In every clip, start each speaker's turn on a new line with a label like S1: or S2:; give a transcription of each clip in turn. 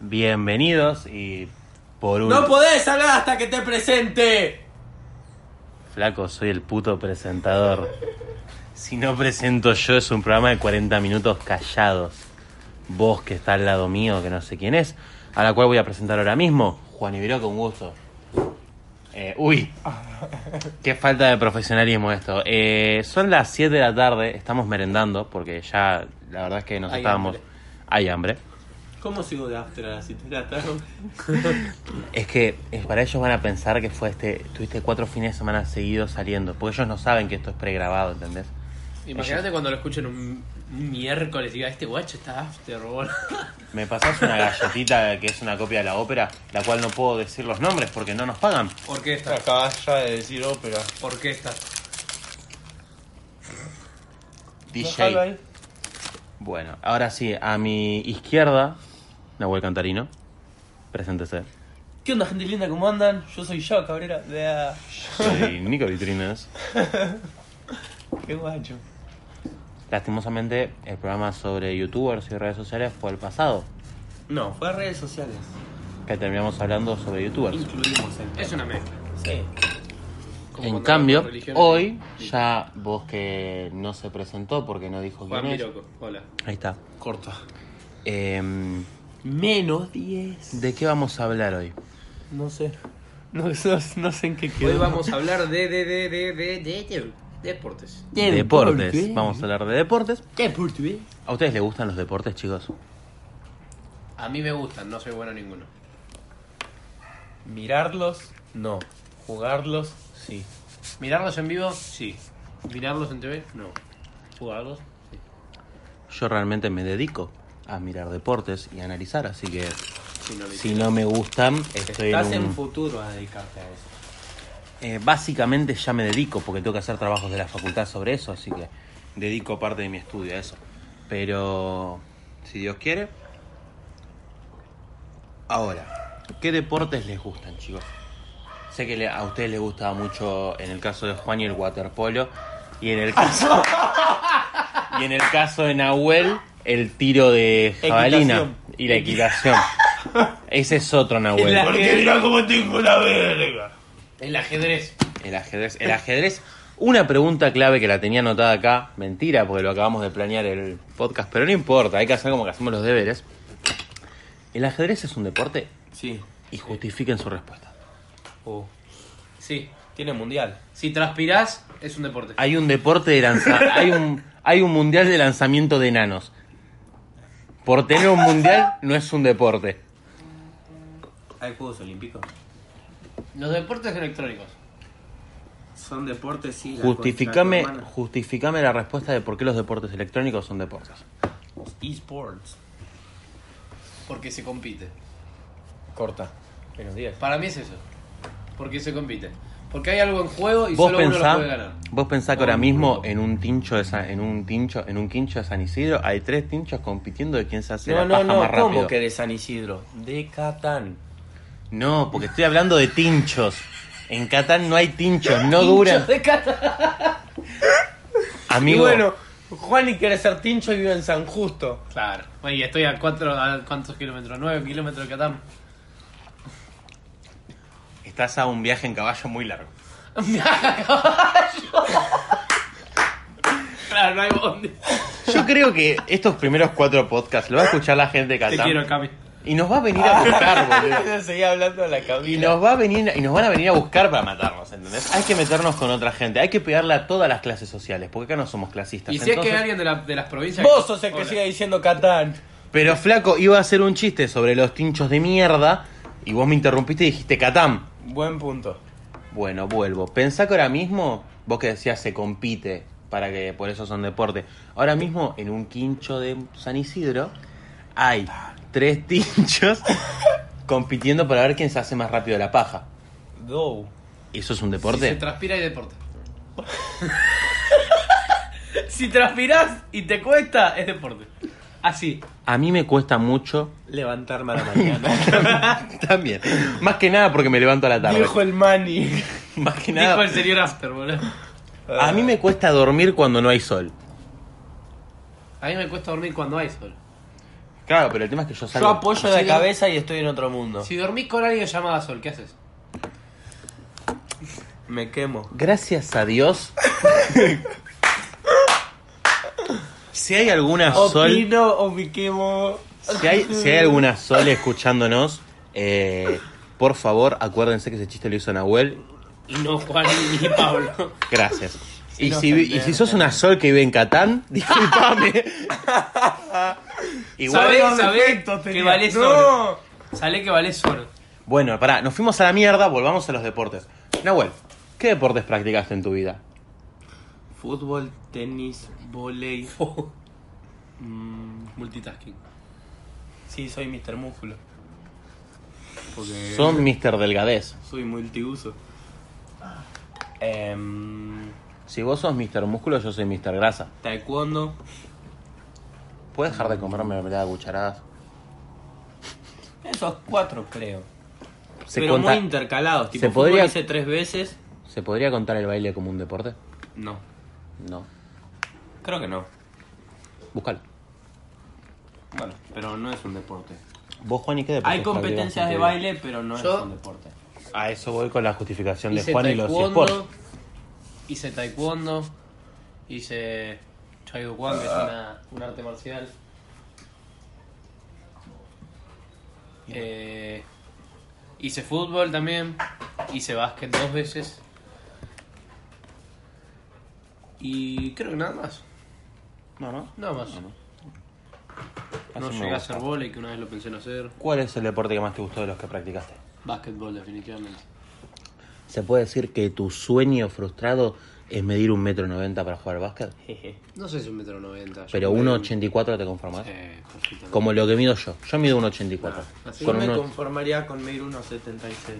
S1: Bienvenidos y por un
S2: ¡No podés hablar hasta que te presente!
S1: flaco, soy el puto presentador. Si no presento yo es un programa de 40 minutos callados. Vos que está al lado mío, que no sé quién es, a la cual voy a presentar ahora mismo, Juan Ibiro con gusto. Eh, uy, qué falta de profesionalismo esto. Eh, son las 7 de la tarde, estamos merendando porque ya la verdad es que nos
S2: Hay
S1: estábamos...
S2: hambre.
S1: Hay hambre.
S2: ¿Cómo sigo de after a las 7 de la tarde?
S1: Es que eh, para ellos van a pensar que fue este, tuviste cuatro fines de semana seguidos saliendo, porque ellos no saben que esto es pregrabado, ¿entendés?
S3: Imagínate cuando lo escuchen un, un miércoles y diga, este guacho está after, boludo.
S1: Me pasás una galletita que es una copia de la ópera, la cual no puedo decir los nombres porque no nos pagan.
S3: Orquesta,
S4: Acabas ya de decir ópera.
S3: orquesta.
S4: Déjalo
S1: DJ.
S4: ahí.
S1: Bueno, ahora sí, a mi izquierda, Nahuel Cantarino. Preséntese.
S4: ¿Qué onda, gente linda? ¿Cómo andan? Yo soy yo, cabrera. De...
S1: Soy Nico Vitrinas.
S4: Qué guacho.
S1: Lastimosamente, el programa sobre youtubers y redes sociales fue el pasado,
S2: No, fue a redes sociales.
S1: que terminamos hablando sobre youtubers.
S2: Incluimos el.
S3: Es una mezcla.
S2: Sí.
S3: Como
S1: En
S3: cuando
S1: cambio,
S3: hablan de religión.
S1: hoy ya vos que no se presentó porque no dijo
S3: Juan
S1: quién es.
S3: Miroco, hola.
S1: Ahí está.
S2: Corta.
S1: Em,
S4: Menos 10.
S1: ¿De qué vamos a hablar hoy?
S4: No sé. No, sé- no sé en qué quedó.
S3: Hoy vamos a hablar de, de, de, de, de, de, de- deportes.
S1: Deportes. Vamos a hablar de deportes.
S4: Deportes.
S1: ¿A ustedes les gustan los deportes, chicos?
S3: A mí me gustan, no soy bueno en ninguno.
S4: Mirarlos, no. Jugarlos, sí.
S3: Mirarlos en vivo, sí. Mirarlos en TV, no. Jugarlos, sí.
S1: Yo realmente me dedico a mirar deportes y a analizar, así que
S3: Si no lo
S1: si no me gustan, estoy
S2: Estás
S1: en
S2: en
S1: un-
S2: futuro a dedicarte a eso.
S1: Eh, básicamente ya me dedico, porque tengo que hacer trabajos de la facultad sobre eso, así que dedico parte de mi estudio a eso. Pero, si Dios quiere... Ahora, ¿qué deportes les gustan, chicos? Sé que le- a ustedes les gusta mucho, en el caso de Juan y el waterpolo, y en el caso... y en el caso de Nahuel, el tiro de jabalina
S4: Equitación.
S1: y la equitación. Ese es otro Nahuel.
S3: La-
S4: Porque mirá cómo tengo una verga.
S3: El ajedrez.
S1: El ajedrez. El ajedrez. Una pregunta clave que la tenía anotada acá. Mentira, porque lo acabamos de planear el podcast. Pero no importa, hay que hacer como que hacemos los deberes. ¿El ajedrez es un deporte?
S4: Sí.
S1: Y justifiquen su respuesta.
S4: Oh.
S3: Sí.
S4: Tiene mundial.
S3: Si transpirás, es un deporte.
S1: Hay un deporte de lanzamiento. hay, un, hay un mundial de lanzamiento de enanos. Por tener un mundial no es un deporte.
S2: ¿Hay Juegos Olímpicos?
S3: Los deportes electrónicos.
S2: Son deportes, sí. la
S1: Justificame,
S2: concha de tu hermana.
S1: justificame la respuesta de por qué los deportes electrónicos son deportes.
S4: Esports.
S3: Porque se compite.
S4: Corta. Menos 10.
S3: Para mí es eso. Porque se compite. Porque hay algo en juego y
S1: Vos
S3: solo uno lo puede
S1: pensá,
S3: ganar.
S1: vos pensá que ahora mismo en un tincho de San- en un tincho, en un quincho de San Isidro hay tres tinchos compitiendo de quién se hace
S4: No,
S1: la
S4: no,
S1: paja
S4: no.
S1: más
S4: ¿Cómo
S1: rápido.
S4: que de San Isidro? De Catán.
S1: No, porque estoy hablando de tinchos. En Catán no hay tinchos, no duran.
S4: De Catán. Y
S1: Amigo,
S4: bueno, Juani quiere ser tincho y vive en San Justo.
S3: Claro. Bueno, y estoy a cuatro, a cuántos kilómetros, nueve kilómetros de Catán.
S1: estás a un viaje en caballo muy largo.
S3: Claro, no hay bondi.
S1: Yo creo que estos primeros cuatro podcasts lo va a escuchar la gente de
S3: Te
S1: Catán
S3: quiero, Cami.
S1: y nos va a venir a buscar, boludo.
S4: Seguía hablando a la
S1: Y
S4: cabina.
S1: nos, va a venir, y nos van a venir a buscar para matarnos, ¿entendés? Hay que meternos con otra gente, hay que pegarle a todas las clases sociales, porque acá no somos clasistas.
S3: Y si es que
S1: entonces-
S3: hay alguien de, la- de las provincias.
S4: Vos sos el que
S3: Hola.
S4: sigue diciendo Catán.
S1: Pero flaco, iba a hacer un chiste sobre los tinchos de mierda y vos me interrumpiste y dijiste Catán.
S4: Buen punto.
S1: Bueno, vuelvo. Pensá que ahora mismo, vos que decías se compite, para que por eso son deporte. Ahora mismo en un quincho de San Isidro hay tres tinchos compitiendo para ver quién se hace más rápido la paja.
S4: Go.
S1: ¿Eso es un
S3: Si se
S1: deporte?
S3: transpira, hay deporte.
S4: Si transpirás y te cuesta, es deporte.
S3: Así.
S1: A mí me cuesta mucho
S4: Levantarme a la mañana.
S1: también. Más que nada porque me levanto a la tarde.
S4: Dijo el Manny.
S1: Más que
S3: Dijo el
S1: nada.
S3: señor After, boludo.
S1: A mí me cuesta dormir cuando no hay sol.
S3: A mí me cuesta dormir cuando hay sol.
S1: Claro, pero el tema es que yo salgo.
S2: Yo apoyo la
S3: Sí, no.
S2: cabeza y estoy en otro mundo.
S3: Si dormís con alguien llamada Sol, ¿qué haces?
S2: Me quemo.
S1: Gracias a Dios. si hay alguna sol.
S2: Opino o me quemo.
S1: Si hay, si hay alguna Sol escuchándonos, eh, por favor, acuérdense que ese chiste lo hizo Nahuel.
S3: Y no Juan ni Pablo.
S1: Gracias.
S2: Sin
S1: Y si, y si sos una Sol que vive en Catán, discúlpame. Igual.
S3: ¿Sabés?
S4: Sabés
S3: sabés
S4: defectos
S3: que
S4: tenía.
S3: valés
S4: No.
S3: oro. Sale que vale Sol.
S1: Bueno, pará, nos fuimos a la mierda, volvamos a los deportes. Nahuel, ¿qué deportes practicaste en tu vida?
S2: Fútbol, tenis, volei. Mm.
S3: Multitasking.
S2: Sí, soy Mr. Músculo. Porque
S1: Son Mr. Delgadez.
S2: soy multiuso. Ah. Em,
S1: Si vos sos Mr. Músculo, yo soy Mr. Grasa.
S2: taekwondo.
S1: ¿Puedes dejar de comprarme mermelada a cucharadas?
S2: Esos cuatro creo.
S1: ¿Se,
S2: Pero
S1: conta-
S2: muy intercalados. Tipo,
S1: se podría-
S2: fútbol hice tres veces.
S1: ¿Se podría contar el baile como un deporte?
S2: No,
S1: No.
S2: creo que no.
S1: Búscalo.
S2: Bueno, pero no es un deporte.
S1: ¿Vos, Juan, y qué deportes
S2: Hay
S1: practicás
S2: competencias
S1: en
S2: de
S1: tu vida?
S2: baile, pero no es
S3: Yo-
S2: un deporte.
S1: A eso voy con la justificación de
S3: Hice
S1: Juan y los
S3: taekwondo.
S1: esports.
S3: Hice taekwondo. Hice Chaido Kwan, que es una, un arte marcial. Eh, hice fútbol también. Hice básquet dos veces. Y creo que nada más.
S1: No, no.
S3: Nada más. No
S1: Así me
S3: llegué a
S1: gusta.
S3: hacer vóley, que una vez lo pensé en hacer.
S1: ¿Cuál es el deporte que más te gustó de los que practicaste?
S3: Básquetbol, definitivamente.
S1: ¿Se puede decir que tu sueño frustrado es medir un metro noventa para jugar básquet?
S2: Jeje.
S3: No sé si un metro noventa.
S1: Pero
S3: yo me-
S1: 1,84 te conformas.
S3: Eh, perfectamente.
S1: Como lo que mido yo. Yo mido 1,84.
S3: así
S1: Con
S2: Yo Ah, me
S1: uno-
S2: conformaría con medir 1.76.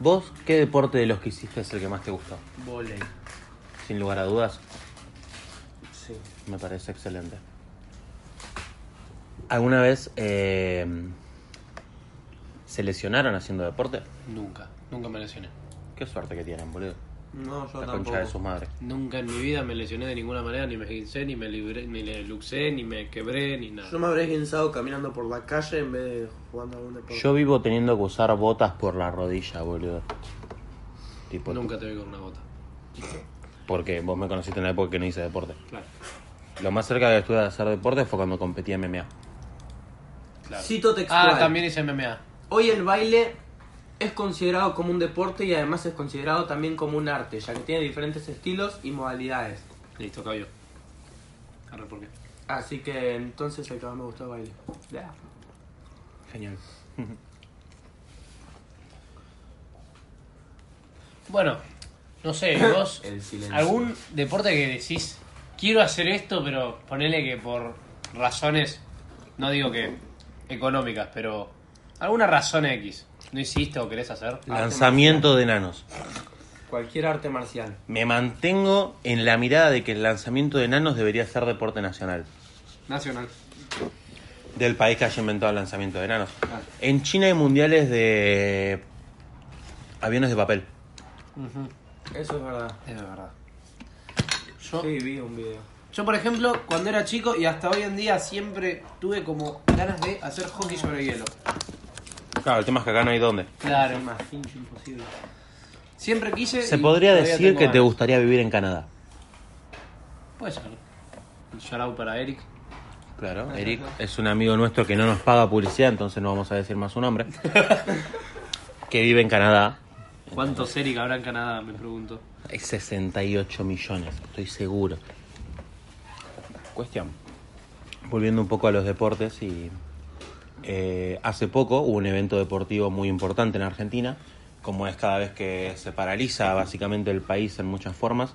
S1: ¿Vos qué deporte de los que hiciste es el que más te gustó?
S2: Volei.
S1: Sin lugar a dudas,
S2: Sí.
S1: me parece excelente. ¿Alguna vez eh, se lesionaron haciendo deporte?
S3: Nunca, nunca me lesioné.
S1: Qué suerte que tienen, boludo.
S2: No, yo
S1: La
S2: tampoco.
S1: concha de sus madres.
S3: Nunca en mi vida me lesioné de ninguna manera, ni me esguincé, ni me libré, ni le luxé, ni me quebré, ni nada.
S2: Yo me habré guinzado caminando por la calle en vez de jugando a algún deporte.
S1: Yo vivo teniendo que usar botas por la rodilla, boludo. Tipo,
S3: Nunca te vi con una bota.
S1: Porque vos me conociste en la época que no hice deporte.
S3: Claro,
S1: Lo más cerca que estuve de hacer deporte fue cuando competí en MMA.
S2: Ah,
S3: claro.
S2: Cito textual.
S3: ah, también hice MMA.
S2: Hoy el baile es considerado como un deporte y además es considerado también como un arte, ya que tiene diferentes estilos y modalidades.
S3: Listo, cabio. Arre, ¿por qué?
S2: Así que entonces el que más me gustó el baile. Ya.
S1: Genial.
S3: Bueno, no sé, vos,
S2: El silencio.
S3: algún deporte que decís, quiero hacer esto, pero ponele que por razones, no digo que económicas, pero alguna razón X, no hiciste o querés hacer.
S1: Lanzamiento de enanos.
S2: Cualquier arte marcial.
S1: Me mantengo en la mirada de que el lanzamiento de enanos debería ser deporte nacional.
S3: Nacional.
S1: Del país que haya inventado el lanzamiento de enanos. En China hay mundiales de aviones de papel.
S2: Eso es verdad.
S3: Es verdad. Yo,
S2: Sí, vi un video.
S3: yo, por ejemplo, cuando era chico y hasta hoy en día siempre tuve como ganas de hacer hockey sobre hielo.
S1: Claro, el tema es que acá no hay dónde.
S3: Claro.
S2: Más fincho imposible.
S3: Siempre quise.
S1: Se
S3: y
S1: podría
S3: todavía
S1: decir
S3: tengo
S1: que te
S3: ganas.
S1: gustaría vivir en Canadá.
S3: Puede ser. Un shout out para Eric.
S1: Claro, Eric es un amigo nuestro que no nos paga publicidad, entonces no vamos a decir más su nombre. que vive en Canadá.
S3: ¿Cuántos Eric habrá en Canadá? Me pregunto.
S1: Hay 68 millones, estoy seguro. Cuestión. Volviendo un poco a los deportes y. eh, hace poco hubo un evento deportivo muy importante en Argentina, como es cada vez que se paraliza básicamente el país en muchas formas,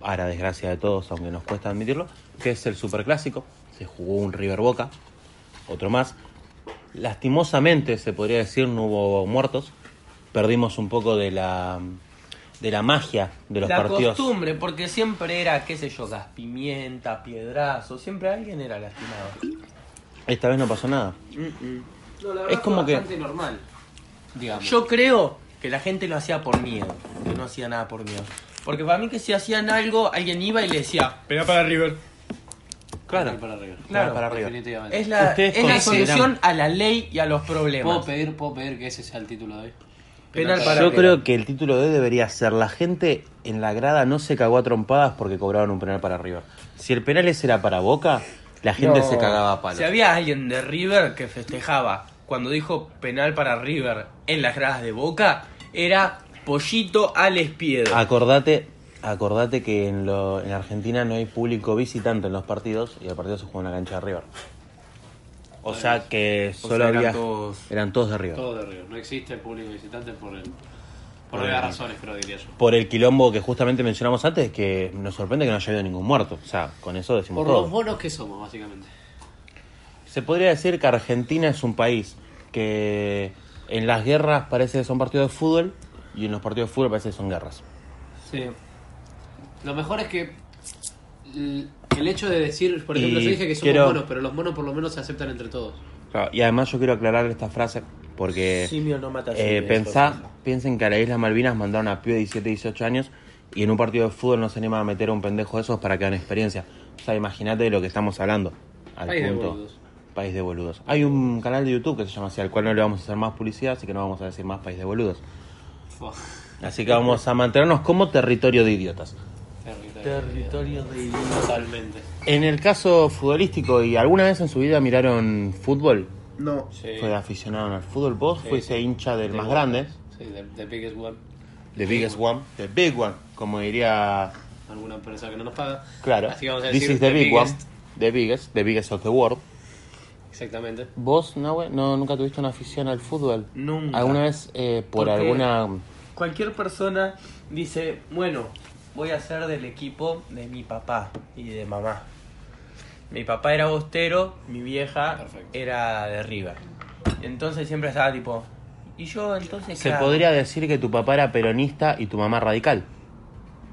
S1: para desgracia de todos, aunque nos cuesta admitirlo, que es el Superclásico. Se jugó un River Boca, otro más. Lastimosamente, se podría decir, no hubo muertos. Perdimos un poco de la, de la magia de los
S2: la
S1: partidos.
S2: costumbre, porque siempre era, qué sé yo, gas pimienta, piedrazo, siempre alguien era lastimado.
S1: Esta vez no pasó nada.
S2: No, la
S1: verdad Es como fue que- bastante
S2: normal.
S3: Digamos.
S2: Yo creo que la gente lo hacía por miedo, que no hacía nada por miedo. Porque para mí que si hacían algo, alguien iba y le decía,
S4: Pega para River.
S1: Claro.
S3: Para arriba.
S1: Claro, para arriba.
S3: Definitivamente.
S2: Es la,
S1: Ustedes
S2: es la
S1: consideran-
S2: solución a la ley y a los problemas.
S3: ¿Puedo, pedir, puedo pedir que ese sea el título de hoy.
S2: Penal para
S1: Yo
S2: arriba.
S1: creo que el título de hoy debería ser La gente en la grada no se cagó a trompadas porque cobraban un penal para River. Si el penal ese era para Boca, la gente
S2: No.
S1: se cagaba a palos.
S2: Si había alguien de River que festejaba cuando dijo penal para River en las gradas de Boca, era Pollito al Espiedo.
S1: Ah, Acordate, acordate que en, lo- en Argentina no hay público visitante en los partidos y el partido se juega en la cancha de River. O sea que solo
S2: sea, eran
S1: había.
S2: todos-
S1: eran todos de River.
S3: Todo de Río. No existe público visitante por el,
S1: Por
S3: por
S1: el-
S3: varias razones, pero diría yo.
S1: Por el quilombo que justamente mencionamos antes, que nos sorprende que no haya habido ningún muerto. O sea, con eso decimos
S3: Por
S1: todo.
S3: los buenos que somos, básicamente.
S1: Se podría decir que Argentina es un país que en las guerras parece que son partidos de fútbol y en los partidos de fútbol parece que son guerras.
S3: Sí. Lo mejor es que l- el hecho de decir, por ejemplo,
S1: Y
S3: yo dije que somos
S1: quiero-
S3: monos, pero los monos por lo menos se aceptan entre todos.
S1: Y además yo quiero aclarar esta frase porque
S2: Simio no mata
S1: eh,
S2: simio,
S1: pensá-
S2: eso.
S1: piensen que a la isla Malvinas mandaron a pibes de 17, 18 años y en un partido de fútbol no se anima a meter a un pendejo de esos para que hagan experiencia. O sea, imagínate de lo que estamos hablando. Al
S3: País de
S1: punto.
S3: boludos.
S1: País de boludos. Hay un canal de YouTube que se llama así, al cual no le vamos a hacer más publicidad, así que no vamos a decir más país de boludos.
S3: Fua,
S1: Así que vamos a mantenernos como territorio de idiotas.
S3: territorio.
S2: Territorio de
S3: Totalmente.
S1: En el caso futbolístico, ¿y alguna vez en su vida miraron fútbol?
S2: No.
S3: Sí.
S1: Fue aficionado al fútbol. Vos
S3: Sí,
S1: fuiste
S3: sí.
S1: hincha del
S3: De
S1: más
S3: Boca.
S1: grande,
S3: Sí, the, the biggest one.
S1: the biggest one, the big one, como diría,
S3: Alguna empresa que no nos paga.
S1: claro,
S3: Así que vamos a
S1: this
S3: decir
S1: is the, big
S3: biggest.
S1: one, the biggest, the biggest of the world.
S3: Exactamente.
S1: Vos, Nahue, no, nunca tuviste una afición al fútbol.
S2: Nunca.
S1: ¿Alguna vez eh, por
S2: Porque-
S1: alguna
S2: Cualquier persona dice, bueno, voy a ser del equipo de mi papá y de mamá. Mi papá era bostero, mi vieja
S3: Perfecto.
S2: era de River. Entonces siempre estaba tipo, ¿y yo entonces
S1: Se
S2: qué hago?".
S1: podría decir que tu papá era peronista y tu mamá radical.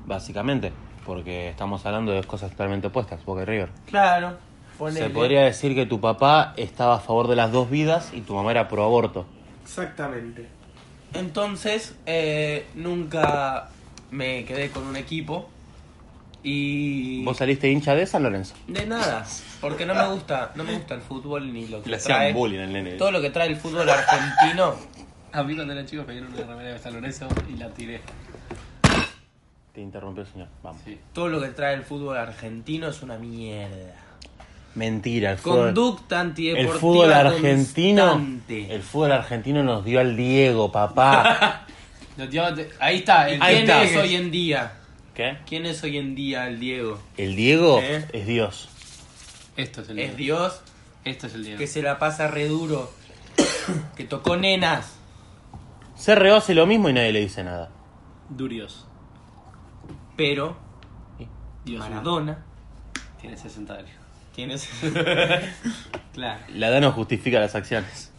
S1: Básicamente, porque estamos hablando de dos cosas totalmente opuestas, Boca y River.
S2: Claro, ponele.
S1: Se podría decir que tu papá estaba a favor de las dos vidas y tu mamá era pro aborto.
S2: Exactamente. Entonces, eh, nunca me quedé con un equipo. Y.
S1: ¿Vos saliste hincha de San Lorenzo?
S2: De nada, porque no me gusta, no me gusta el fútbol ni lo que
S1: Le
S2: trae.
S1: hacían bullying al nene.
S2: Todo lo que trae el fútbol argentino.
S3: A mí cuando era chico me dieron una remera de San Lorenzo y la tiré.
S1: Te interrumpió el señor, vamos.
S3: Sí.
S2: Todo lo que trae el fútbol argentino es una mierda.
S1: Mentira, el fútbol.
S2: Conducta
S1: El
S2: antideportiva.
S1: fútbol argentino.
S2: constante.
S1: El fútbol argentino nos dio al Diego, papá.
S3: Lo tiraba- ahí está, el
S1: Ahí
S2: ¿Quién
S1: está.
S2: es hoy en día?
S1: ¿Qué?
S2: ¿Quién es hoy en día el Diego?
S1: El Diego
S2: ¿Eh?
S1: es Dios.
S3: Esto es el
S2: Es
S3: día.
S2: Dios
S3: Esto es el día.
S2: que se la pasa re duro. que tocó nenas.
S1: CRO hace lo mismo y nadie le dice nada.
S3: Durios.
S2: Pero
S3: Dios mío.
S2: Maradona
S3: Tiene 60 años.
S2: tiene Claro.
S1: La edad no justifica las acciones.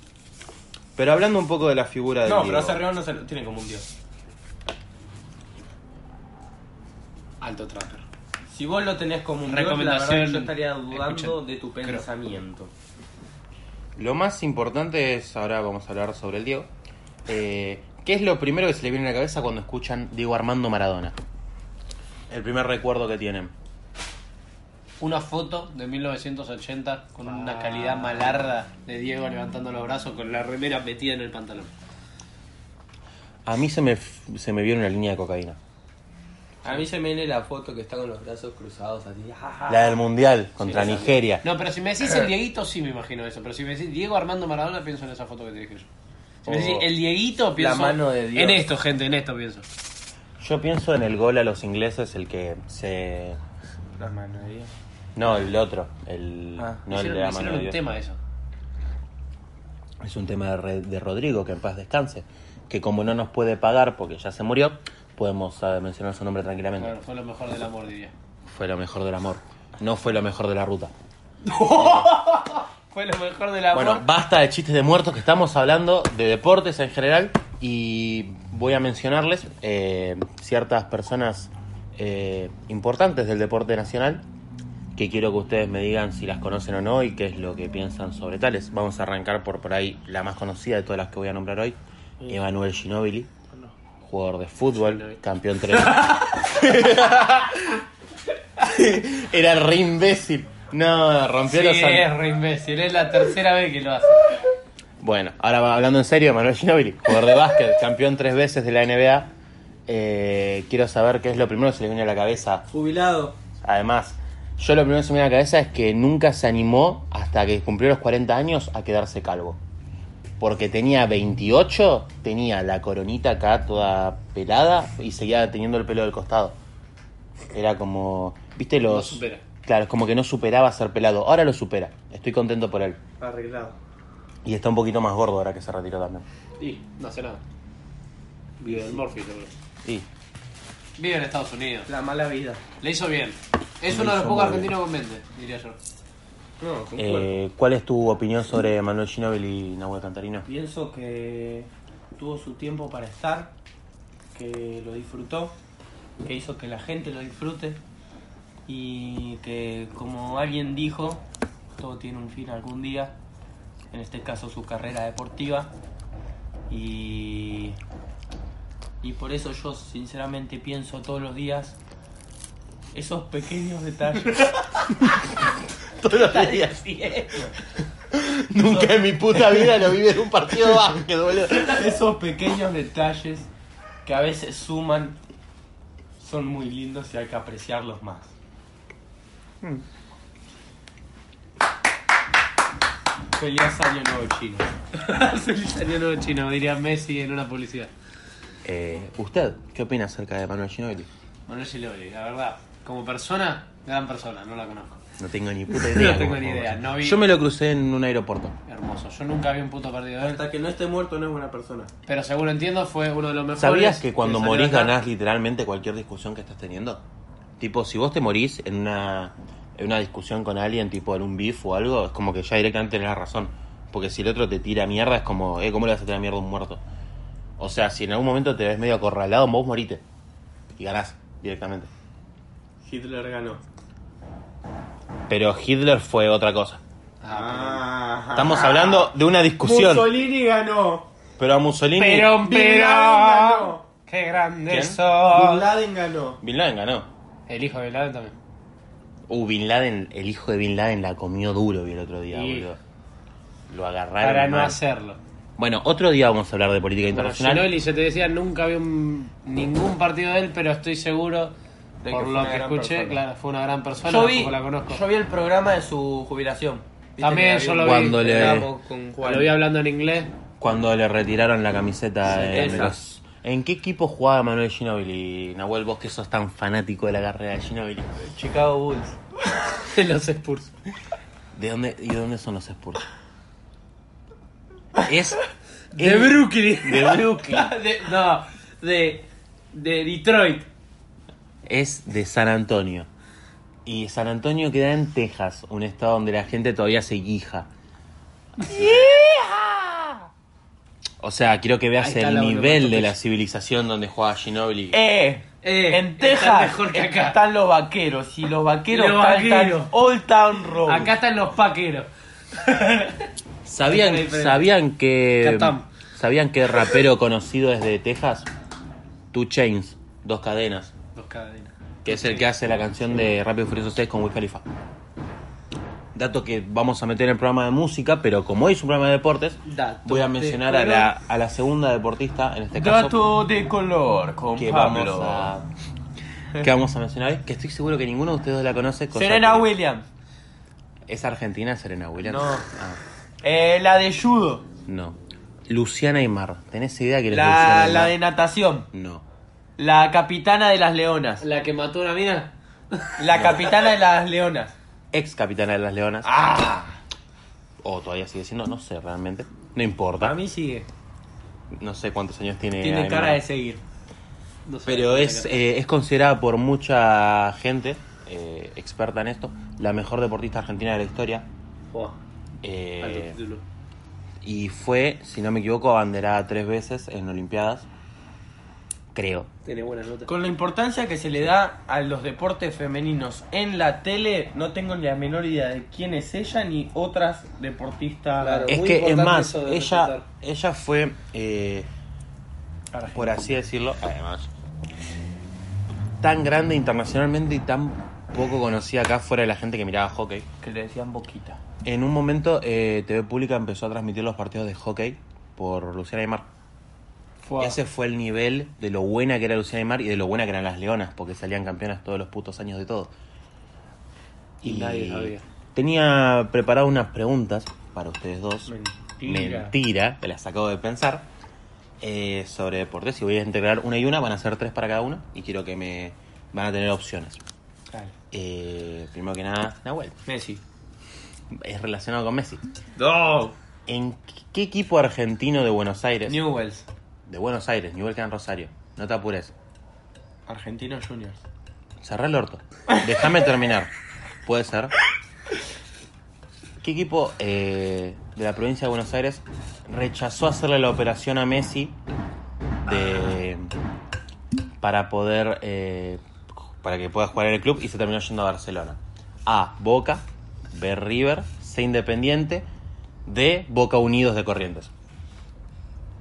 S1: Pero hablando un poco de la figura de
S2: No,
S1: Diego.
S2: pero Cerreón no se lo tiene como un dios.
S3: Alto trapper.
S2: Si vos lo tenés como un
S3: Recomendación,
S2: dios, la verdad, yo estaría dudando
S3: escuchen,
S2: de tu
S3: creo.
S2: pensamiento.
S1: Lo más importante es, ahora vamos a hablar sobre el Diego. Eh, ¿Qué es lo primero que se le viene a la cabeza cuando escuchan Diego Armando Maradona? El primer recuerdo que tienen.
S3: Una foto de 1980 con
S1: Ah.
S3: una calidad malarda de Diego levantando los brazos con la remera metida en el pantalón.
S1: A mí se me, f- se me vio una línea de cocaína.
S2: A mí se me viene la foto que está con los brazos cruzados así. jajaja.
S1: La del Mundial contra
S3: Sí, esa.
S1: Nigeria.
S3: No, pero si me decís el Dieguito, sí me imagino eso. Pero si me decís Diego Armando Maradona, pienso en esa foto que te dije yo. Si me
S2: O
S1: Oh.
S3: decís el Dieguito, pienso
S2: mano de Dios.
S3: en esto, gente, en esto pienso.
S1: Yo pienso en el gol a los ingleses, el que se...
S2: La mano de Dios.
S1: No, el otro. El...
S2: Ah,
S1: no el
S3: hicieron
S1: de la
S3: hicieron
S1: mano de
S3: un
S1: Dios.
S3: tema eso.
S1: Es un tema de, Re- de Rodrigo, que en paz descanse. Que como no nos puede pagar porque ya se murió, podemos eh, mencionar su nombre tranquilamente.
S3: Bueno, fue lo mejor del amor, diría.
S1: Fue lo mejor del amor. No fue lo mejor de la ruta.
S2: Fue lo mejor de la
S1: Bueno, basta de chistes de muertos que estamos hablando de deportes en general y voy a mencionarles eh, ciertas personas eh, importantes del deporte nacional que quiero que ustedes me digan si las conocen o no y qué es lo que piensan sobre tales. Vamos a arrancar por por ahí la más conocida de todas las que voy a nombrar hoy, Emanuel Ginóbili, jugador de fútbol, campeón tres. Era re imbécil. No, rompió
S3: Sí,
S1: los an-
S3: es re imbécil, es la tercera vez que lo hace.
S1: Bueno, ahora va- hablando en serio, Manuel Ginóbili, jugador de básquet, campeón tres veces de la NBA. Eh, quiero saber qué es lo primero que se le viene a la cabeza.
S2: Jubilado.
S1: Además, yo lo primero que se me viene a la cabeza es que nunca se animó hasta que cumplió los 40 años a quedarse calvo. Porque tenía 28, tenía la coronita acá toda pelada y seguía teniendo el pelo del costado. Era como, ¿viste los?
S3: No supera.
S1: Claro, es como que no superaba ser pelado. Ahora lo supera. Estoy contento por él.
S2: Arreglado.
S1: Y está un poquito más gordo ahora que se retiró también.
S3: Y no hace nada. Vive del Morphy, seguro.
S1: Y
S3: Vive en Estados Unidos.
S2: La mala vida.
S3: Le hizo bien. Es
S1: Le
S3: uno de los
S1: hizo
S3: pocos
S1: muy bien.
S3: argentinos con mente, diría yo.
S2: No, concuerdo.
S1: Eh, ¿Cuál es tu opinión sobre Manuel Ginóbili y Nahuel Cantarino?
S2: Pienso que tuvo su tiempo para estar, que lo disfrutó, que hizo que la gente lo disfrute y que como alguien dijo, todo tiene un fin algún día, en este caso su carrera deportiva y, y por eso yo sinceramente pienso todos los días esos pequeños detalles.
S1: Todos los días. Nunca en mi puta vida lo vi en un partido de básquet, boludo.
S2: Esos pequeños detalles que a veces suman son muy lindos y hay que apreciarlos más. Feliz año nuevo chino.
S3: Salió nuevo chino, diría Messi en una publicidad.
S1: Eh, ¿Usted qué opina acerca de Manuel Ginóbili?
S3: Manuel Giloli, la verdad, como persona, gran persona, no la conozco.
S1: No tengo ni puta idea.
S3: No tengo
S1: cómo
S3: ni
S1: fue,
S3: idea,
S1: boludo.
S3: no vi.
S1: Yo me lo crucé en un aeropuerto.
S3: Hermoso. Yo nunca vi un puto partido de él.
S2: Hasta que no esté muerto no es buena persona.
S3: Pero según entiendo, fue uno de los mejores.
S1: ¿Sabías que cuando
S3: salió
S1: morís
S3: acá.
S1: ganás literalmente cualquier discusión que estás teniendo? Tipo, si vos te morís en una, en una discusión con alguien, tipo en un beef o algo, es como que ya directamente tenés la razón. Porque si el otro te tira mierda, es como, eh, ¿cómo le vas a tirar mierda a un muerto? O sea, si en algún momento te ves medio acorralado, vos morite. Y ganás directamente.
S2: Hitler ganó.
S1: Pero Hitler fue otra cosa.
S3: Ah,
S1: Estamos hablando de una discusión.
S2: Mussolini ganó.
S1: Pero a Mussolini.
S3: pero, pero,
S2: Bin Laden ganó.
S3: qué grande
S1: ¿Quién?
S2: Bin
S3: sos.
S2: Laden ganó.
S1: Bin Laden ganó.
S3: El hijo de Bin Laden también.
S1: Uh, Bin Laden, el hijo de Bin Laden la comió duro vi el otro día,
S3: Y-
S1: boludo. Lo agarraron.
S3: Para no
S1: mal.
S3: hacerlo.
S1: Bueno, otro día vamos a hablar de política
S3: Bueno,
S1: internacional.
S3: Ginoli, yo te decía, nunca vi un- ningún partido de él, pero estoy seguro,
S2: De que
S3: por
S2: fue
S3: lo
S2: una
S3: que
S2: gran
S3: escuché,
S2: persona.
S3: claro, fue una gran persona,
S2: Yo vi,
S3: tampoco la conozco.
S2: yo vi el programa de su jubilación. Viste
S3: También
S2: que
S3: yo
S2: había-
S3: lo vi.
S1: Cuando le-
S2: Estábamos con Juan.
S3: Lo vi hablando en inglés.
S1: Cuando le retiraron la camiseta
S2: Sí,
S1: de
S2: esa.
S1: los- ¿En qué equipo jugaba Manuel Ginóbili? Nahuel, vos que sos tan fanático de la carrera de Ginóbili.
S2: Chicago Bulls.
S3: En los Spurs.
S1: ¿De dónde, ¿Y de dónde son los Spurs? Es...
S3: De
S1: es-
S3: Brooklyn.
S1: De Brooklyn.
S3: De- no, de, de Detroit.
S1: es de San Antonio. Y San Antonio queda en Texas, un estado donde la gente todavía se guija. O sea, quiero que veas
S3: Ahí está
S1: el
S3: la pues.
S1: nivel de
S3: onomatopeya.
S1: la civilización donde juega Ginobili.
S2: Eh,
S3: Eh,
S2: en
S3: está
S2: Texas
S3: mejor que acá.
S2: están los vaqueros y los vaqueros
S3: Los
S2: cantan
S3: vaqueros.
S2: Old Town Road.
S3: Acá están los paqueros.
S1: ¿Sabían,
S3: Esta es la diferencia.
S1: ¿sabían que
S3: Catam.
S1: sabían que rapero conocido desde Texas? Two Chains, dos cadenas,
S3: Los cadenas.
S1: que es el que hace la canción de Rápido y Furioso 6 con Wiz Khalifa. Dato que vamos a meter en el programa de música, pero como hoy es un programa de deportes,
S3: Dato
S1: voy a mencionar a la, a la segunda deportista, en este caso,
S2: Dato de color con
S1: que vamos
S2: Pablo.
S1: a... Que vamos a mencionar hoy, que estoy seguro que ninguno de ustedes la conoce. cosa
S2: Serena
S1: que-
S2: Williams,
S1: ¿Es argentina Serena Williams?
S2: No.
S1: Ah,
S2: eh, la de judo,
S1: no. Luciana Aymar. ¿Tenés idea que
S2: la, la de natación,
S1: No.
S2: la capitana de las leonas,
S3: La que mató una mina.
S2: la capitana de las leonas.
S1: Ex capitana de las Leonas.
S2: Ah,
S1: O todavía sigue siendo, no sé realmente. No
S2: para
S1: importa.
S2: mí sigue.
S1: No sé cuántos años tiene.
S2: Tiene
S1: Aymar.
S2: cara de seguir.
S3: No sé.
S1: Pero es, eh, es considerada por mucha gente eh, experta en esto la mejor deportista argentina de la historia.
S3: Buah,
S1: Eh,
S3: alto título.
S1: y fue, si no me equivoco, abanderada tres veces en Olimpiadas. Creo.
S3: Tiene buena nota.
S2: Con la importancia que se le da a los deportes femeninos en la tele, no tengo ni la menor idea de quién es ella ni otras deportistas.
S3: Claro.
S1: Es
S3: muy
S1: que, es
S3: importante
S1: más,
S3: eso de
S1: ella,
S3: resaltar.
S1: ella fue, eh, por así decirlo, además, tan grande internacionalmente y tan poco conocida acá fuera de la gente que miraba hockey.
S2: que le decían boquita.
S1: En un momento eh, TV Pública empezó a transmitir los partidos de hockey por Luciana Aymar.
S2: Fue
S1: Ese fue el nivel de lo buena que era Luciana Aymar y de lo buena que eran las Leonas, porque salían campeonas todos los putos años de todo.
S3: Y nadie sabía.
S1: Tenía preparado unas preguntas para ustedes dos.
S3: Mentira.
S1: Mentira, me las acabo de pensar. eh, sobre deportes. Y voy a integrar una y una, van a ser tres para cada uno. Y quiero que me. van a tener opciones. Eh, primero que nada, Nahuel.
S2: Messi.
S1: Es relacionado con Messi.
S4: No.
S1: ¿En qué equipo argentino de Buenos Aires?
S2: Newells.
S1: De Buenos Aires, Newell en Rosario. No te apures.
S2: Argentinos Juniors.
S1: Cerrá el orto. Déjame terminar. Puede ser. ¿Qué equipo eh, de la provincia de Buenos Aires rechazó hacerle la operación a Messi de, para poder eh, para que pueda jugar en el club y se terminó yendo a Barcelona? A. Boca. B. River. C. Independiente. D. Boca Unidos de Corrientes.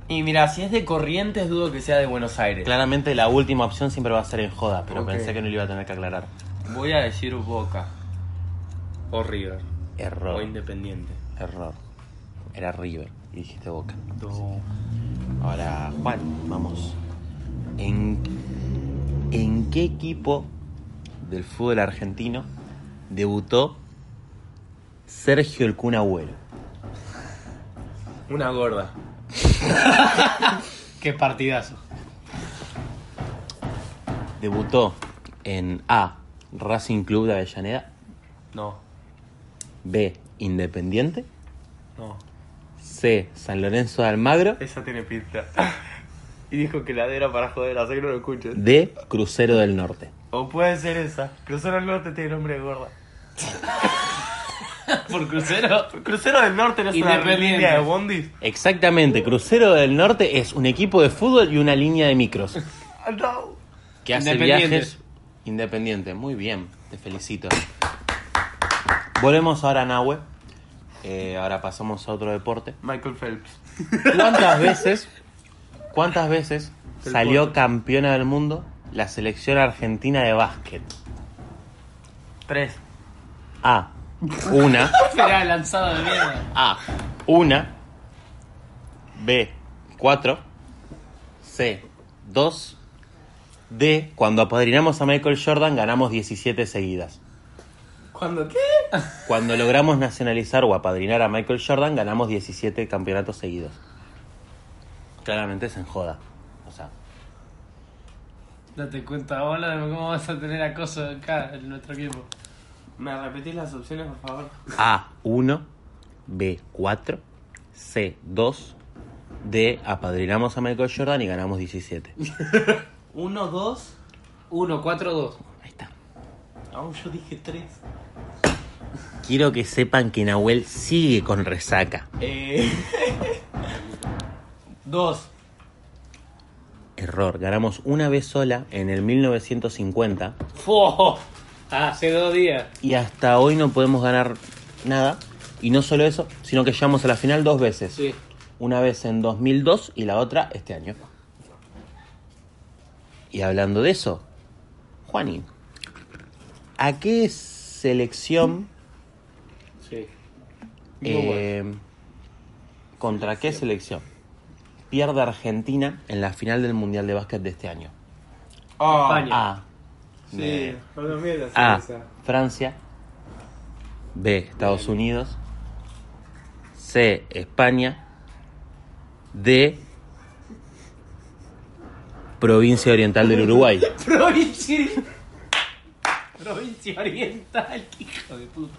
S2: Y mira, si es de Corrientes, dudo que sea de Buenos Aires.
S1: Claramente la última opción siempre va a ser en joda, pero
S2: Ok.
S1: pensé que no lo iba a tener que aclarar.
S2: Voy a decir Boca
S3: O River.
S2: o
S1: Error.
S2: Independiente.
S1: Error. Era River. Y dijiste Boca.
S2: No.
S1: Ahora, Juan, vamos. ¿En, en qué equipo del fútbol argentino debutó Sergio el Kun Agüero?
S2: Una gorda.
S3: Qué partidazo.
S1: Debutó en A. Racing Club de Avellaneda.
S2: No,
S1: B. Independiente.
S2: no.
S1: C. San Lorenzo de Almagro.
S2: Esa tiene pinta. Y dijo que la de era para joder, así que no lo escuches.
S1: D. Crucero del Norte.
S2: O puede ser esa. Crucero del Norte tiene nombre de gorda.
S3: Por crucero.
S2: Crucero del Norte no es una
S3: Independiente.
S2: línea de bondis.
S1: Exactamente, Crucero del Norte es un equipo de fútbol y una línea de micros
S2: Ah, No.
S1: que hace
S3: Independiente.
S1: viajes independiente. Muy bien, te felicito. Volvemos ahora a Nahue. Eh, ahora pasamos a otro deporte.
S2: Michael Phelps.
S1: ¿Cuántas veces, cuántas veces
S2: El
S1: salió
S2: Porto.
S1: campeona del mundo la selección argentina de básquet?
S2: Tres.
S1: A. Una.
S3: Esperá, lanzada de mierda.
S1: A. Una. B. Cuatro. C. Dos. D. Cuando apadrinamos a Michael Jordan ganamos 17 seguidas.
S2: ¿Cuándo qué?
S1: Cuando logramos nacionalizar o apadrinar a Michael Jordan ganamos 17 campeonatos seguidos. Claramente se enjoda. O sea,
S3: Date cuenta, hola, de cómo vas a tener acoso acá en nuestro equipo.
S2: ¿Me repetís las opciones, por favor?
S1: A. 1. B. 4. C. 2. D. Apadrinamos a Michael Jordan y ganamos 17.
S2: Uno, dos.
S3: 1, 4, 2.
S1: Ahí está.
S2: Aún yo dije tres.
S1: Quiero que sepan que Nahuel sigue con resaca.
S2: Eh. dos.
S1: Error, ganamos una vez sola en el 1950
S3: Ah, Hace dos días.
S1: y hasta hoy no podemos ganar nada. Y no solo eso, sino que llegamos a la final dos veces.
S3: Sí.
S1: Una vez en 2002 y la otra este año. Y hablando de eso, Juanín, ¿a qué selección...
S3: Sí.
S1: eh, ¿Contra qué selección? Pierde Argentina en la final del Mundial de Básquet de este año.
S2: Oh.
S3: España.
S1: A.
S4: Sí, para mí es la
S1: A.
S2: Ah.
S4: cerveza.
S1: Francia. B. Estados Unidos. C. España. D. Provincia Oriental del Uruguay.
S3: Provincia. Provincia Oriental, qué hijo de puta.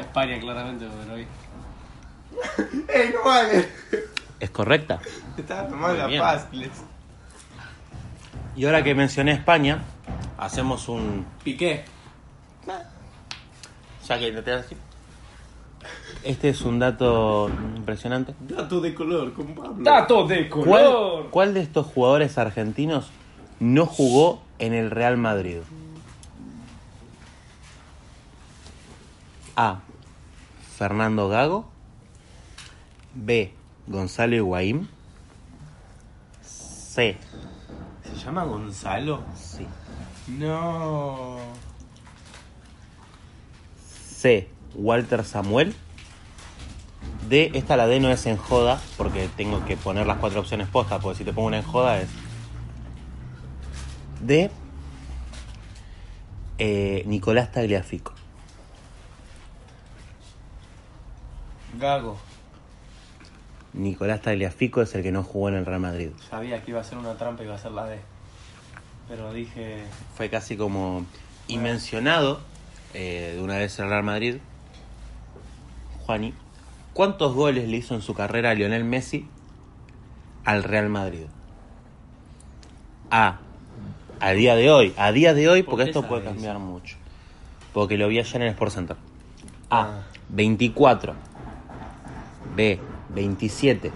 S3: España, claramente, porque lo vi.
S4: ¡Ey, no vale!
S1: ¿Es correcta?
S4: Estaba tomando
S1: Muy bien.
S4: la paz, les-
S1: Y ahora que mencioné España, hacemos un...
S2: Piqué.
S1: Ya que intenté decir. Este es un dato impresionante.
S4: Dato de color con Pablo.
S3: Dato de
S1: ¿Cuál, cuál de estos jugadores argentinos no jugó en el Real Madrid? A. Fernando Gago. B. Gonzalo Higuaín. C.
S2: ¿Se llama Gonzalo?
S1: Sí.
S2: No.
S1: C. Walter Samuel. D. Esta la D no es en joda, porque tengo que poner las cuatro opciones postas, porque si te pongo una en joda es. D. eh, Nicolás Tagliafico.
S2: Gago.
S1: Nicolás Tagliafico es el que no jugó en el Real Madrid.
S2: Sabía que iba a ser una trampa y iba a ser la D. Pero dije.
S1: Fue casi como y mencionado eh, de una vez en el Real Madrid. Juani, ¿cuántos goles le hizo en su carrera a Lionel Messi al Real Madrid? A. A día de hoy, a día de hoy,
S2: ¿Por
S1: porque
S2: qué
S1: esto puede
S2: sabes?
S1: cambiar mucho. Porque lo vi ayer en el Sport Center.
S2: Ah.
S1: A. 24. B. 27.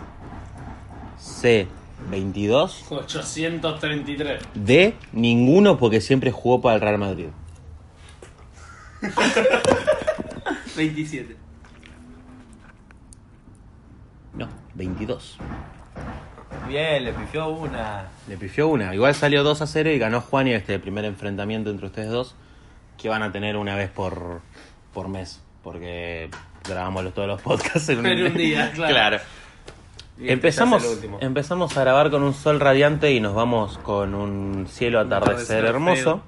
S1: C. 22.
S3: 833.
S1: D. Ninguno porque siempre jugó para el Real Madrid.
S4: 27.
S1: No, 22.
S2: Bien, le pifió una.
S1: Le pifió una. Igual salió 2 a 0 y ganó Juan y este primer enfrentamiento entre ustedes dos que van a tener una vez por, por mes. Porque grabamos los- todos los podcasts en un,
S3: En un día, claro.
S2: Y
S1: Empezamos,
S2: este ya es el último.
S1: empezamos a grabar con un sol radiante y nos vamos con un cielo atardecer
S3: atardecer
S1: hermoso.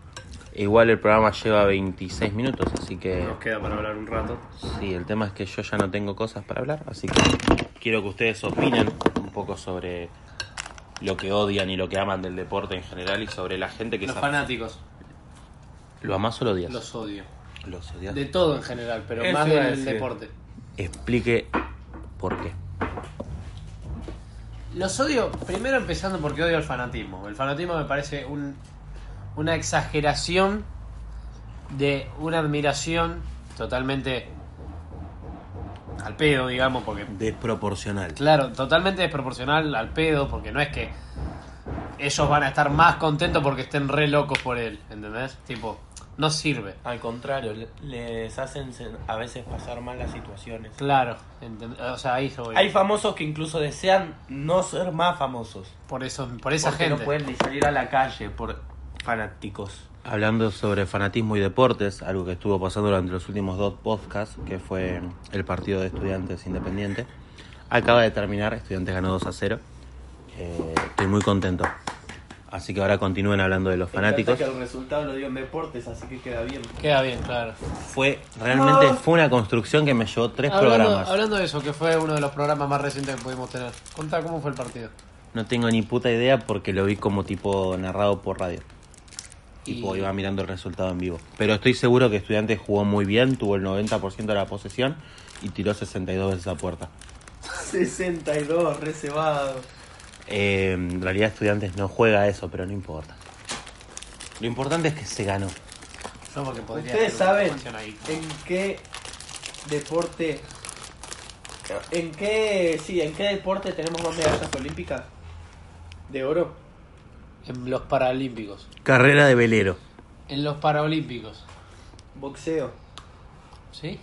S1: Igual el programa lleva 26 minutos, así que...
S3: Nos queda para hablar un rato.
S1: Sí, el tema es que yo ya no tengo cosas para hablar, así que quiero que ustedes opinen un poco sobre lo que odian y lo que aman del deporte en general y sobre la gente que
S3: Los
S1: se-
S3: fanáticos.
S1: ¿Lo amás o lo odias?
S3: Los odio.
S1: Los odias.
S3: De todo en general, pero
S4: Eso
S3: más
S4: iba a
S3: del
S4: decir.
S3: deporte.
S1: Explique por qué.
S3: Los odio, primero empezando porque odio el fanatismo. El fanatismo me parece un- una exageración de una admiración totalmente al pedo, digamos, porque
S1: Desproporcional.
S3: Claro, totalmente desproporcional al pedo, porque no es que ellos van a estar más contentos porque estén re locos por él, ¿entendés? Tipo, no sirve.
S2: Al contrario, le- les hacen sen- a veces pasar mal las situaciones.
S3: Claro, ¿entend- o sea, ahí yo voy.
S2: Hay famosos que incluso desean no ser más famosos.
S3: Por, eso, por esa
S2: Porque
S3: gente.
S2: no pueden ni salir a la calle por fanáticos.
S1: Hablando sobre fanatismo y deportes, algo que estuvo pasando durante los últimos dos podcasts, que fue el partido de Estudiantes Independiente, acaba de terminar, Estudiantes ganó 2 a 0. Eh, estoy muy contento. Así que ahora continúen hablando de los fanáticos.
S2: el resultado lo dio en deportes, así que queda bien.
S3: Queda bien, claro.
S1: Fue realmente fue una construcción que me llevó tres
S3: Hablando,
S1: programas.
S3: hablando de eso, que fue uno de los programas más recientes que pudimos tener. Contá cómo fue el partido.
S1: No tengo ni puta idea porque lo vi como tipo narrado por radio.
S3: Y-
S1: Tipo, iba mirando el resultado en vivo. Pero estoy seguro que Estudiantes jugó muy bien, tuvo el 90% de la posesión y tiró 62 veces a puerta.
S2: 62, reservado.
S1: Eh, en realidad Estudiantes no juega eso, pero no importa. Lo importante es que se ganó.
S3: Yo porque podría
S2: Ustedes
S3: hacer una
S2: saben
S3: mención ahí.
S2: en qué deporte. En qué. Sí, en qué deporte tenemos más medallas olímpicas de oro.
S3: En los Paralímpicos.
S1: Carrera de velero.
S3: En los Paralímpicos.
S2: Boxeo.
S3: ¿Sí?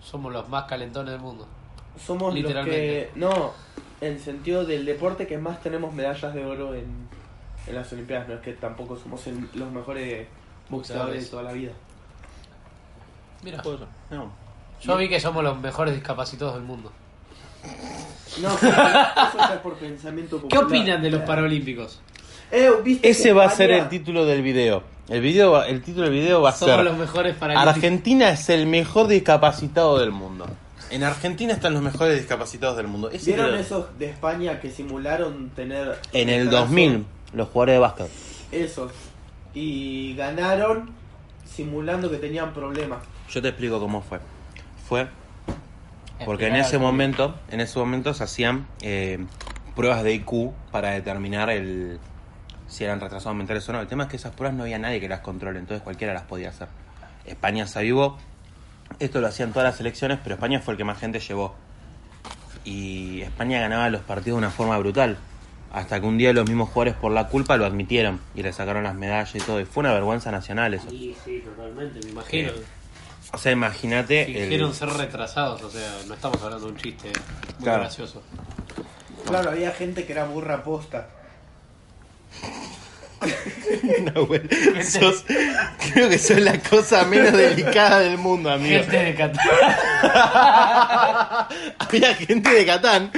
S3: Somos los más calentones del mundo.
S2: Somos los que.
S3: Literalmente.
S2: No, en el sentido del deporte que más tenemos medallas de oro en, en las Olimpiadas. No es que tampoco somos el- los mejores boxeadores de toda la vida.
S3: Mira.
S2: Pues,
S1: No.
S3: Yo vi que somos los mejores discapacitados del mundo.
S2: No, eso ya es por pensamiento
S3: ¿Qué
S2: popular.
S3: opinan de los Paralímpicos?
S2: Eh, ¿viste
S1: Ese
S2: que
S1: va a ser
S2: España-
S1: el título del video. El, video va- el título del video va a
S3: Somos
S1: ser...
S3: los mejores Paralímpicos.
S1: Argentina es el mejor discapacitado del mundo. En Argentina están los mejores discapacitados del mundo. Ese
S2: ¿Vieron
S1: creo-
S2: esos de España que simularon tener...
S1: En el
S2: brazo?
S1: 2000, los jugadores de básquet.
S2: Esos. Y ganaron simulando que tenían problemas.
S1: Yo te explico cómo fue. Fue porque en
S3: Explicar
S1: ese
S3: algo.
S1: momento, en ese momento se hacían eh, pruebas de IQ para determinar el si eran retrasados mentales o no. El tema es que esas pruebas no había nadie que las controle, entonces cualquiera las podía hacer. España se avivó. Esto lo hacían todas las elecciones, pero España fue el que más gente llevó. Y España ganaba los partidos de una forma brutal. Hasta que un día los mismos jugadores por la culpa lo admitieron y le sacaron las medallas y todo. Y fue una vergüenza nacional eso.
S3: Sí, sí, totalmente, me imagino.
S1: O sea, imagínate... el-
S3: Fingieron ser retrasados, o sea, no estamos hablando de un chiste eh, muy
S1: Claro.
S3: gracioso.
S2: Claro, había gente que era burra posta.
S1: Nahuel, sos- creo que sos la cosa menos delicada del mundo, amigo.
S3: Gente de Qatar.
S1: Había gente de Catán.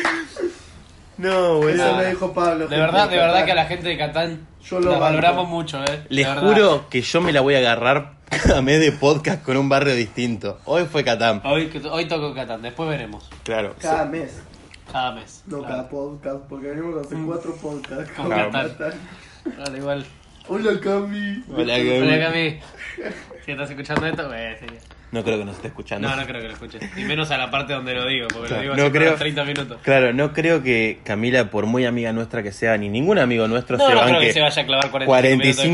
S1: No,
S5: Eso
S1: boludo.
S5: lo dijo Pablo.
S3: De verdad, de verdad que a la gente de Catán
S5: Yo lo
S3: la
S5: banco.
S3: valoramos mucho, eh.
S1: Les
S3: De verdad.
S1: juro que yo me la voy a agarrar cada mes de podcast con un barrio distinto. Hoy fue Catán.
S3: Hoy, hoy toco Catán, después veremos.
S1: Claro.
S5: Cada mes.
S3: Cada mes.
S5: No,
S3: Claro. Mm.
S5: cada podcast, porque venimos a hacer cuatro podcasts.
S3: Con
S5: Hola,
S3: Catán. Vale, igual.
S5: Hola, Cami.
S1: Hola,
S3: Hola,
S1: Gaby.
S3: Cami. Si estás escuchando esto, eh, sí.
S1: No creo que nos esté escuchando.
S3: No, no creo que lo escuches. Y menos a la parte donde lo digo, porque
S1: Claro,
S3: lo digo
S1: no
S3: así por
S1: creo.
S3: 30 minutos.
S1: Claro, no creo que Camila, por muy amiga nuestra que sea, ni ningún amigo nuestro
S3: No,
S1: se
S3: no creo
S1: banque
S3: que se vaya a clavar 45,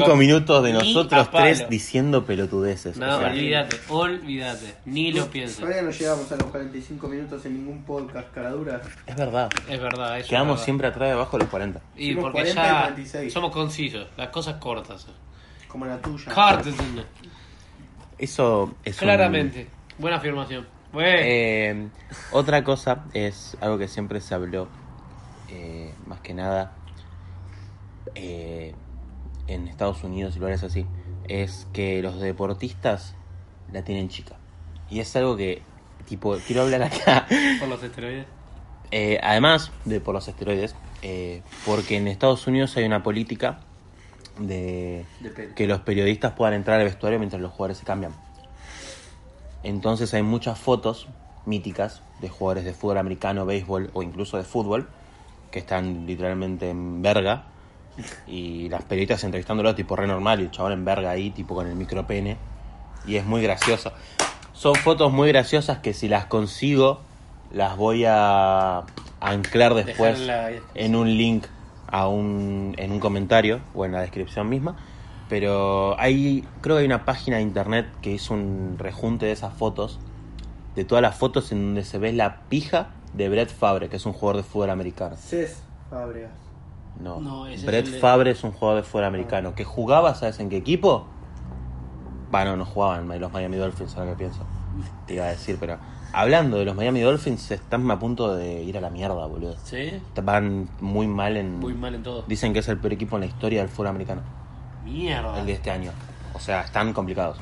S1: 45 minutos de
S3: Ni
S1: nosotros
S3: a palo.
S1: tres diciendo pelotudeces.
S3: No,
S1: O sea,
S3: olvídate, olvídate. Ni lo pienses.
S5: Todavía no llegamos a los 45 minutos en ningún podcast, caradura.
S1: es verdad.
S3: Es verdad, eso.
S1: Quedamos
S3: es verdad.
S1: siempre atrás debajo de los 40.
S3: Y
S5: Hicimos
S3: porque
S5: 40 y
S3: ya
S5: 36.
S3: somos concisos, las cosas cortas.
S5: Como la tuya.
S3: Cortas,
S1: Eso es un-
S3: claramente. Buena afirmación. Bueno,
S1: Eh, otra cosa es algo que siempre se habló, eh, más que nada, eh, en Estados Unidos y lugares así, es que los deportistas la tienen chica. Y es algo que, tipo, quiero hablar acá,
S3: por los esteroides.
S1: eh, además de por los esteroides, eh, porque en Estados Unidos hay una política de
S5: Depende.
S1: que los periodistas puedan entrar al vestuario mientras los jugadores se cambian. Entonces hay muchas fotos míticas de jugadores de fútbol americano, béisbol o incluso de fútbol que están literalmente en verga y las periodistas entrevistándolos tipo re normal y el chabón en verga ahí tipo con el micropene y es muy gracioso. Son fotos muy graciosas que si las consigo las voy a anclar después
S3: Dejarla ahí.
S1: en un link a un, en un comentario o en la descripción misma. Pero hay, creo que hay una página de internet que hizo un rejunte de esas fotos, de todas las fotos en donde se ve la pija de Brett Fabre, que es un jugador de fútbol americano.
S5: Cés Fábregas.
S1: No,
S3: No, ese es
S1: Brett
S3: el de- Ah.
S1: Fabre es un jugador de fútbol americano. ¿Que jugaba, sabes en qué equipo? Bueno, no jugaban los Miami Dolphins, ahora que pienso. Te iba a decir, pero hablando de los Miami Dolphins, están a punto de ir a la mierda, boludo.
S3: Sí,
S1: Van muy mal en.
S3: muy mal en todo.
S1: Dicen que es el peor equipo en la historia del fútbol americano,
S3: Mierda.
S1: el de este año. O sea, están complicados.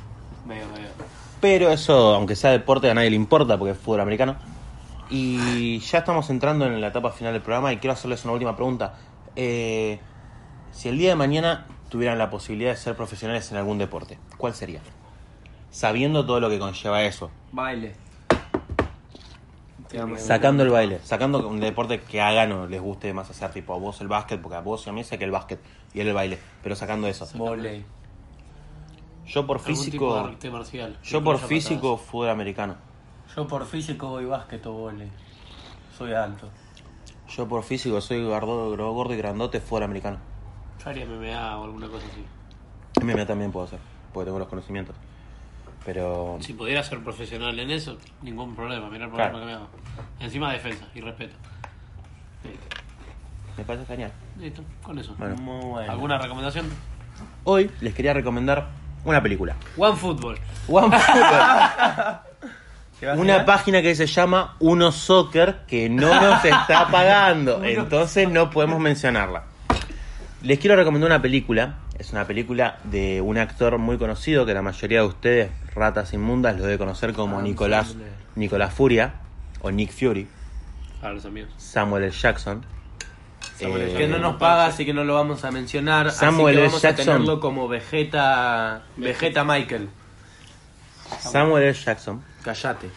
S3: Medio, medio.
S1: Pero eso, aunque sea deporte, a nadie le importa porque es fútbol americano. Y ya estamos entrando en la etapa final del programa y quiero hacerles una última pregunta. Eh, si el día de mañana tuvieran la posibilidad de ser profesionales en algún deporte, ¿cuál sería? Sabiendo todo lo que conlleva eso,
S2: Baile.
S1: sacando el baile, sacando un deporte que hagan o les guste más hacer, tipo a vos el básquet, porque a vos y a mí sé que el básquet y él el baile, pero sacando eso.
S2: Voley.
S1: Yo por
S3: Algún tipo de
S1: físico,
S3: arte marcial.
S1: yo
S3: Incluso
S1: por
S3: patadas.
S1: físico, fútbol americano.
S2: Yo por físico voy básquet o voley. Soy alto.
S1: Yo por físico soy gordo, gordo y grandote, fútbol americano.
S3: Yo haría MMA o alguna cosa así.
S1: MMA también puedo hacer, porque tengo los conocimientos. Pero
S3: Si pudiera ser profesional en eso, ningún problema. Mira el problema
S1: Claro.
S3: que me hago. Encima defensa y respeto. Listo.
S1: me parece genial.
S3: Listo, con eso.
S1: Bueno.
S2: Muy bueno.
S3: ¿Alguna recomendación?
S1: Hoy les quería recomendar una película.
S3: One Football.
S1: One Football.
S2: ¿Te vas a
S1: una
S2: tirar?
S1: página que se llama Uno Soccer que no nos está pagando, entonces no podemos mencionarla. Les quiero recomendar una película. Es una película de un actor muy conocido que la mayoría de ustedes, ratas inmundas, lo debe conocer como Nicolás, Nicolás Furia o Nick Fury,
S3: A los amigos.
S1: Samuel L. Jackson.
S3: Samuel L.
S1: Eh,
S2: Que no nos paga, así que no lo vamos a mencionar.
S1: Samuel
S2: así que
S1: L.
S2: vamos
S1: Jackson.
S2: a tenerlo como Vegeta, Vegeta Michael.
S1: Samuel L. Jackson
S2: Callate.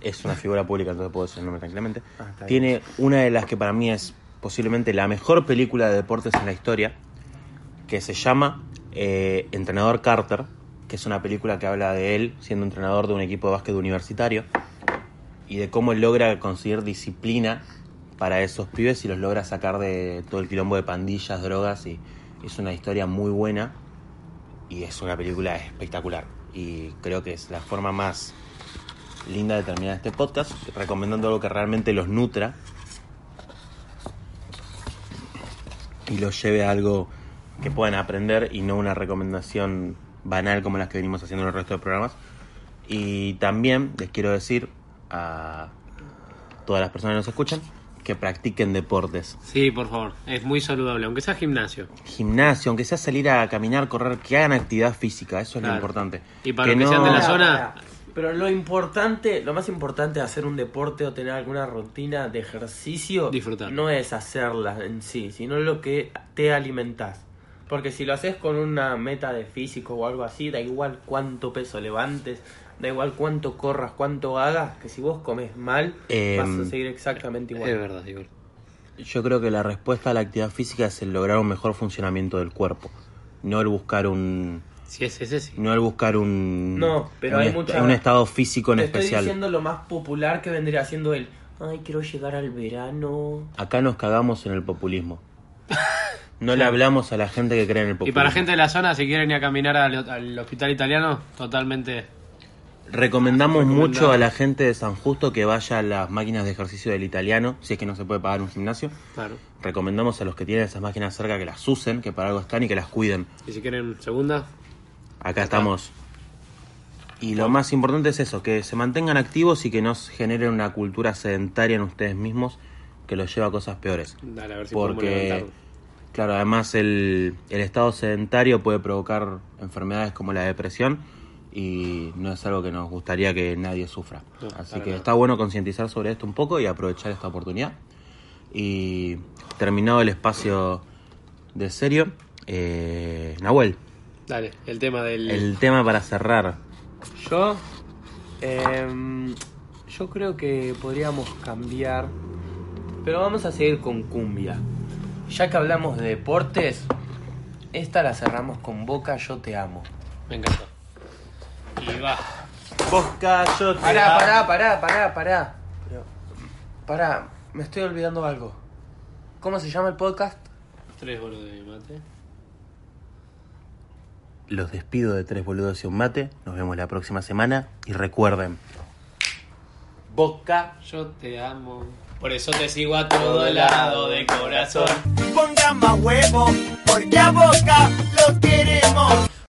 S1: es una figura pública, entonces puedo decir el nombre tranquilamente.
S2: Ah, está bien.
S1: Tiene una de las que para mí es posiblemente la mejor película de deportes en la historia, que se llama eh, Entrenador Carter, que es una película que habla de él siendo entrenador de un equipo de básquet universitario y de cómo él logra conseguir disciplina para esos pibes y los logra sacar de todo el quilombo de pandillas, drogas y es una historia muy buena y es una película espectacular y creo que es la forma más linda de terminar este podcast recomendando algo que realmente los nutra y los lleve a algo que puedan aprender y no una recomendación banal como las que venimos haciendo en el resto de programas. Y también les quiero decir a todas las personas que nos escuchan que practiquen deportes.
S3: Sí, por favor, es muy saludable, aunque sea gimnasio.
S1: Gimnasio, aunque sea salir a caminar, correr, que hagan actividad física, eso es lo
S3: Claro.
S1: importante.
S3: Y para los que sean de la
S4: Pará, pará.
S3: zona-
S4: Pero lo importante, lo más importante de hacer un deporte o tener alguna rutina de ejercicio
S3: Disfrutar.
S4: no es hacerla en sí, sino lo que te alimentás. Porque si lo haces con una meta de físico o algo así, da igual cuánto peso levantes, da igual cuánto corras, cuánto hagas, que si vos comes mal,
S1: Eh,
S4: vas a seguir exactamente igual.
S3: Es verdad, igual.
S1: Yo creo que la respuesta a la actividad física es el lograr un mejor funcionamiento del cuerpo, no el buscar un
S3: Si es ese, sí.
S1: no el buscar un
S4: No, pero
S1: un
S4: hay
S1: est-
S4: mucha-
S1: un estado físico en
S4: Te estoy
S1: especial.
S4: diciendo lo más popular que vendría siendo el, ay, quiero llegar al verano.
S1: Acá nos cagamos en el populismo. No le hablamos a la gente que cree en el
S3: Y
S1: populismo.
S3: para gente de la zona, si quieren ir a caminar al, al hospital italiano, totalmente.
S1: Recomendamos
S3: Recomendado.
S1: mucho a la gente de San Justo que vaya a las máquinas de ejercicio del italiano, si es que no se puede pagar un gimnasio.
S3: Claro.
S1: Recomendamos a los que tienen esas máquinas cerca que las usen, que para algo están y que las cuiden.
S3: Y si quieren segunda,
S1: Acá estamos. Y lo más importante es eso, que se mantengan activos y que no se generen una cultura sedentaria en ustedes mismos que los lleva a cosas peores.
S3: dale, a ver si podemos
S1: Porque,
S3: levantarlo.
S1: claro, además el, el estado sedentario puede provocar enfermedades como la depresión y no es algo que nos gustaría que nadie sufra.
S3: No,
S1: Así
S3: para
S1: que
S3: nada.
S1: está bueno concientizar sobre esto un poco y aprovechar esta oportunidad. Y terminado el espacio de serio, eh, Nahuel,
S3: Dale, el tema del.
S1: el tema para cerrar.
S2: Yo. em, yo creo que podríamos cambiar. Pero vamos a seguir con cumbia. Ya que hablamos de deportes, esta la cerramos con Boca Yo Te Amo.
S3: Me encantó. Y va.
S1: Bosca, yo te
S2: Pará, pará, pará, pará, pará. Pero, pará, me estoy olvidando algo. ¿Cómo se llama el podcast?
S3: Tres bolos de mate.
S1: Los despido de tres boludos y un mate. Nos vemos la próxima semana y recuerden.
S4: Boca.
S3: Yo te amo. Por eso te sigo a todo lado de corazón.
S6: ponga más huevo, porque a boca lo quiere